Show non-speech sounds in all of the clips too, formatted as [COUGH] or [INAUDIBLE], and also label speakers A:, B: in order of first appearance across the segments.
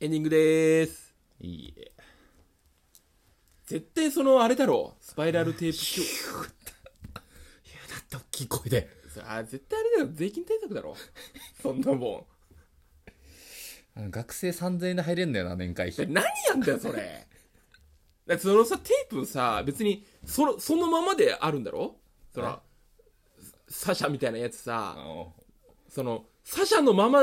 A: エンディングでーす。
B: いいえ。
A: 絶対そのあれだろう。スパイラルテープ機を。
B: だって大きい声で。
A: それあ、絶対あれだよ。税金対策だろ。そんなも
B: あの学生3000円で入れんだよな、年会
A: ん。
B: 費。
A: 何やんだよ、それ。だってそのさ、テープさ、別に、その、そのままであるんだろその、サシャみたいなやつさ、
B: うん
A: その、サシャのまま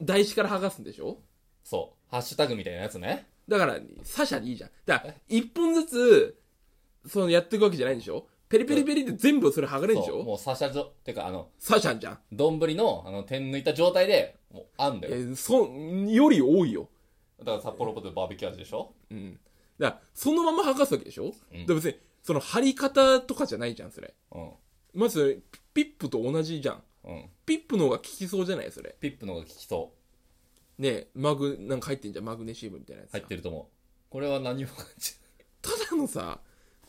A: 台紙から剥がすんでしょ
B: そう。ハッシュタグみたいなやつね。
A: だから、サシャでいいじゃん。だから、一本ずつ、その、やっていくわけじゃないんでしょペリペリペリって全部それ剥がれるんでし
B: そう。
A: ょ
B: もうサシャ状、てかあの、
A: サシャンじゃん。
B: 丼の、あの、点抜いた状態で、もう、あんだ
A: え
B: よ。
A: ーそん、より多いよ。
B: だから札幌ポテトバーベキュー味でしょ
A: うん。だから、そのまま剥がすわけでしょ、
B: うん
A: で別に、その貼り方とかじゃないじゃん、それ。
B: うん。
A: まず、ピップと同じじゃん。
B: うん。
A: ピップの方が効きそうじゃないそれ。
B: ピップの方が効きそ
A: ねえマグ、なんか入ってんじゃん、マグネシウムみたいなや
B: う。
A: つさ。
B: 入ってると思う。これは何も感じ
A: ただのさ、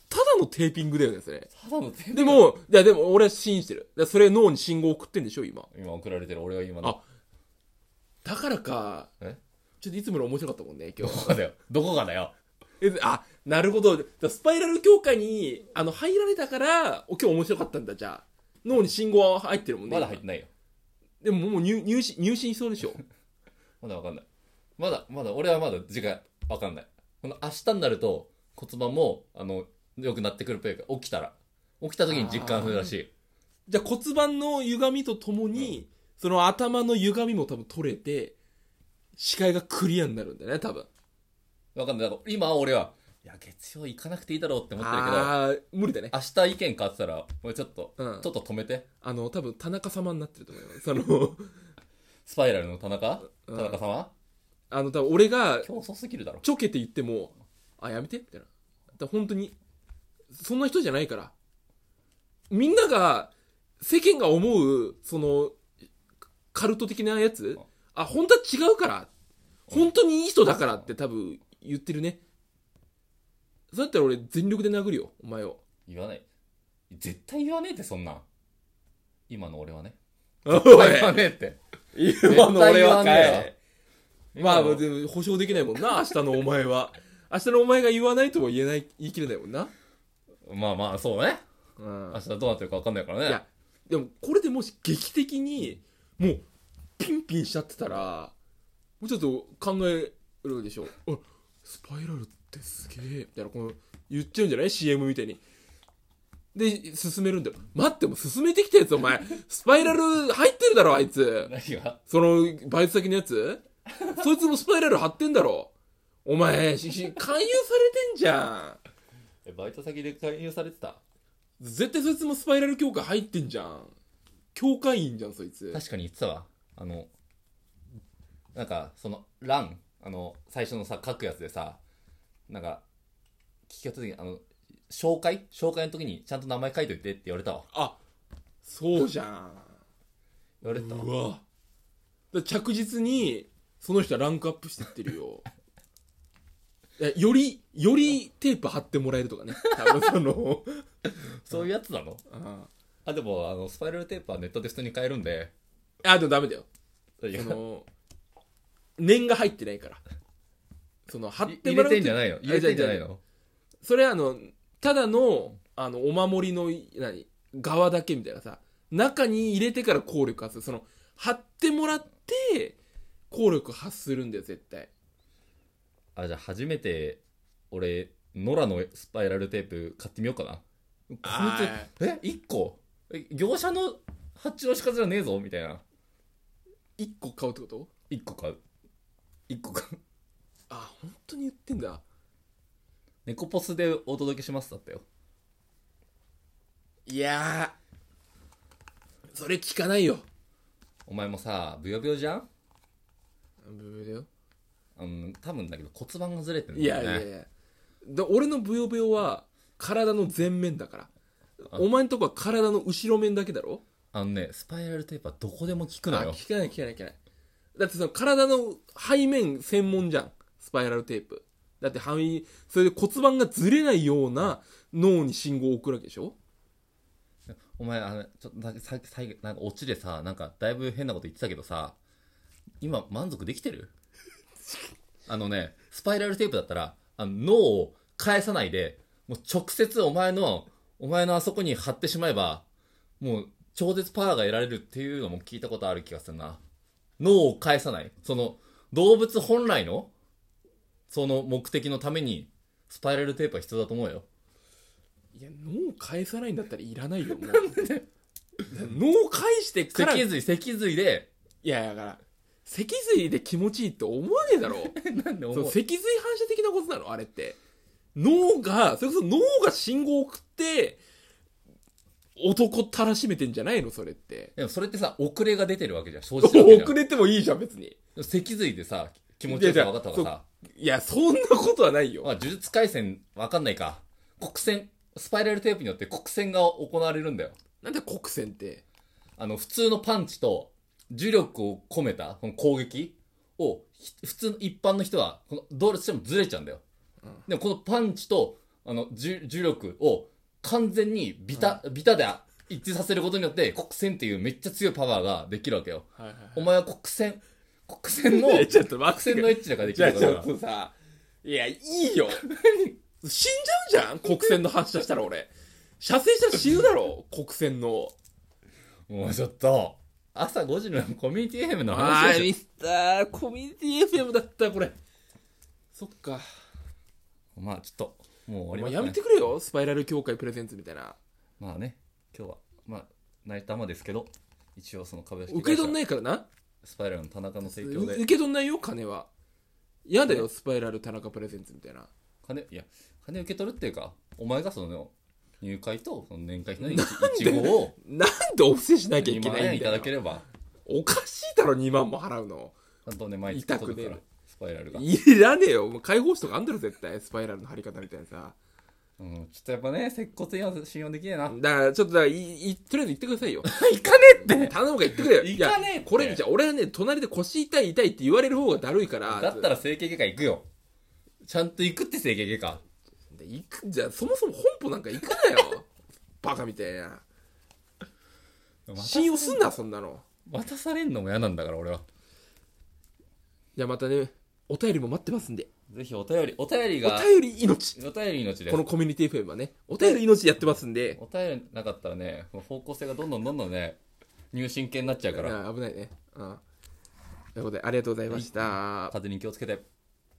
A: ただのテーピングだよね、それ。
B: ただの点
A: でも、いやでも俺は信じてる。だからそれ脳に信号送ってんでしょ、今。
B: 今送られてる俺が今
A: あ
B: の。
A: だからか、
B: え
A: ちょっといつもより面白かったもんね、今
B: ど
A: 日。
B: こがだよ。どこがだよ。
A: えあ、なるほど。だからスパイラル教会に、あの、入られたから、お今日面白かったんだ、じゃあ。脳に信号は入ってるもんね。
B: まだ入
A: 今
B: ってないよ。
A: でももう入入試入試にそうでしょ
B: まだわかんない。まだ、まだ、俺はまだ時間わかんない。この明日になると骨盤も、あの、良くなってくるというか、起きたら。起きた時に実感するらしい。
A: じゃあ骨盤の歪みとともに、その頭の歪みも多分取れて視界がクリアになるんだよね多分
B: わかんない。だから今は俺は、いや、月曜行かなくていいだろうって思ってるけど、
A: ああー無理だね
B: 明日意見変わってたら、俺ちょっと、
A: うん
B: ちょっと止めて。
A: あの多分田中様になってると思いますその
B: スパイラルの田中
A: う
B: 田
A: ん
B: 中様
A: あの多分俺が
B: 今日遅すぎるだろ。
A: ちょけて言ってもあやめてみたいなだから本当にそんな人じゃないからみんなが世間が思うそのカルト的なやつあ本当は違うから本当にいい人だからって多分言ってるねそうやったら俺全力で殴るよお前を
B: 言わない。絶対言わねえって、そんなん。今の俺はね。
A: [LAUGHS] お
B: 言わねえって。
A: い
B: 今の俺はかよ
A: まあ
B: 今の
A: でも保証できないもんな明日のお前は明日のお前が言わないとも言えない言い切れないもんな
B: まあまあ、そうね。
A: うん
B: 明日どうなってるかわかんないからね。
A: いや、でもこれでもし劇的に、もう、ピンピンしちゃってたら、もうちょっと考えるでしょ。あスパイラルってすげえ、みたいな、この、言っちゃうんじゃない ?CM みたいに。で、進めるんだよ。待って、もう進めてきたやつ、お前。スパイラル入ってるだろ、あいつ。
B: 何が
A: その、バイト先のやつ。そいつもスパイラル貼ってんだろ。お前、しし勧誘されてんじゃん。
B: えバイト先で勧誘されてた
A: 絶対そいつもスパイラル協会入ってんじゃん。協会員じゃん、そいつ。
B: 確かに言ってたわあのなんかその欄あの最初のさ書くやつでさなんか聞き方的にあの紹介紹介の時にちゃんと名前書いといてって言われたわ
A: あそうじゃん
B: 言われてたわ
A: うわだ着実にその人はランクアップしてってるよ [LAUGHS] えよりよりテープ貼ってもらえるとかね多分そ
B: [LAUGHS]
A: の
B: そういうやつなの
A: あ
B: あでもあのスパイラルテープはネットで普通に買えるんで
A: あでもダメだよ
B: いや
A: その念が入ってないからその貼っ
B: い
A: て
B: 入
A: も
B: れ
A: らう
B: てんじゃないの入れてんじゃない
A: あ
B: の
A: それはあのただのあのお守りの何側だけみたいなさ中に入れてから効力発するその貼ってもらって効力発するんだよ絶対
B: あじゃあ初めて俺ノラのスパイラルテープ買ってみようかなこ
A: あ
B: いつえ一1個え業者の発注の仕方じゃねえぞみたいな
A: 1個買うってこと
B: 1個買う1個買う
A: あ本当に言ってんだ
B: 猫ポスでお届けしますだったよ
A: いやーそれ聞かないよ
B: お前もさブヨブヨじゃん
A: ブヨブヨだよ
B: あの多分だけど骨盤がずれてるん
A: い
B: だ
A: や
B: よ
A: い
B: ね
A: やいやだ俺のブヨブヨは体の前面だからお前んとこは体の後ろ面だけだろ
B: あのねスパイラルテープはどこでも効くの
A: あ
B: よ
A: 聞かない聞かない聞かないだってその体の背面専門じゃんスパイラルテープだって範囲それで骨盤がずれないような脳に信号を送るわけでしょ
B: お前あのちょっとだけさ最後なんかオチで [LAUGHS] さなんかだいぶ変なこと言ってたけどさ今満足できてるあのね、スパイラルテープだったら、あの脳を返さないで、もう直接お前の、お前のあそこに貼ってしまえば、もう超絶パワーが得られるっていうのも聞いたことある気がするな。脳を返さない。その、動物本来の、その目的のために、スパイラルテープは必要だと思うよ。
A: いや脳返さないんだったらいらないよもう脳返してから
B: 脊
A: い
B: 髄、脊髄で、
A: やだから脊髄で気持ちいいって思わね [LAUGHS] えだろ
B: なんで
A: そ
B: 思
A: の
B: う
A: 脊髄反射的なことなのあれって脳がそれこそ脳が信号を送って男たらしめてんじゃないのそれって
B: でもそれってさ、遅れが出てるわけじゃん。生じてるわけじゃん
A: 遅れてもいいじゃん別に
B: 脊髄でさ、気持ちよく分かった方がさ、
A: いやそんなことはないよ
B: まあ、呪術廻戦分かんないか。国戦、スパイラルテープによって国戦が行われるんだよ。
A: なんで国戦って
B: あの、普通のパンチと、呪力を込めた、この攻撃を、ひ普通の一般の人は、この、どうしてもずれちゃうんだよ。でもこのパンチと、あの、呪呪力を完全にビタ、ビタで一致させることによって、国戦っていうめっちゃ強いパワーができるわけよ。
A: はいはい
B: お前は国戦、国戦
A: [LAUGHS] い
B: の、
A: や
B: 国
A: ちょっと待って
B: 戦のエッジだからでき
A: じゃあ
B: る
A: ち
B: か
A: ょっ
B: ら。
A: とさ、いや、いいよ。死んじゃうじゃん国線の発射したら俺。射精したら死ぬだろ国線の。
B: もうちょっと、朝5時のコミュニティ FM の
A: あ
B: 話
A: ー
B: でし
A: ミスター、コミュニティ FM だった、これ。そっか。
B: ょ。まあちょっと、もう終わり
A: ま
B: ま
A: あ
B: す、ね。
A: やめてくれよ、スパイラル協会プレゼンツみたいな。
B: まあね、今日は、まあ、泣いたまですけど、一応その株式
A: 受け取んないいからな。
B: スパイラルの田中の提供
A: 受
B: で、
A: け取んないよ、金は。嫌だよ、スパイラル田中プレゼンツみたいな。
B: 金、いや、金受け取るっていうか、お前がその、入会とその年会費のい
A: んで
B: ちごを
A: なんでお布施しなきゃい
B: 2
A: け
B: 万
A: ない
B: 円
A: ん
B: いた
A: だ
B: だ
A: よ
B: け。れば、
A: おかしいだろ、2万も払うの。
B: ちゃんとね、毎月
A: 痛くねえ
B: 届くから、スパイラルが。
A: いらねえよ、もう解放誌とかあんだろ、絶対。スパイラルの貼り方みたいなさ。
B: うん、ちょっとやっぱね、接骨院は信用できねえな。
A: だから、ちょっとだからいい、とりあえず言ってくださいよ。
B: いかねえって
A: 頼むから言ってくれよ。
B: 行かねえって
A: いやこれじゃ、俺はね、隣で腰痛い痛いって言われる方がだるいから。
B: だった
A: ら。
B: ら整形外科行くよ。ちゃんと行くって整形外科。
A: 行く、じゃあ、そもそも本舗なんか行くなよ。 [LAUGHS] バカみたいな。信用すんな、そんなの。
B: 渡されんのも嫌なんだから俺は
A: じゃあまたね、お便りも待ってますんで。
B: ぜひお便りお便り
A: お
B: が
A: 便り命。
B: お便り命です
A: このコミュニティ FM はね、お便り命やってますんで。
B: お便りなかったらねもう方向性がどんどんどんどんね入信系になっちゃうから
A: あ危ないね。うん。ということで、ありがとうございました。
B: 風に気をつけて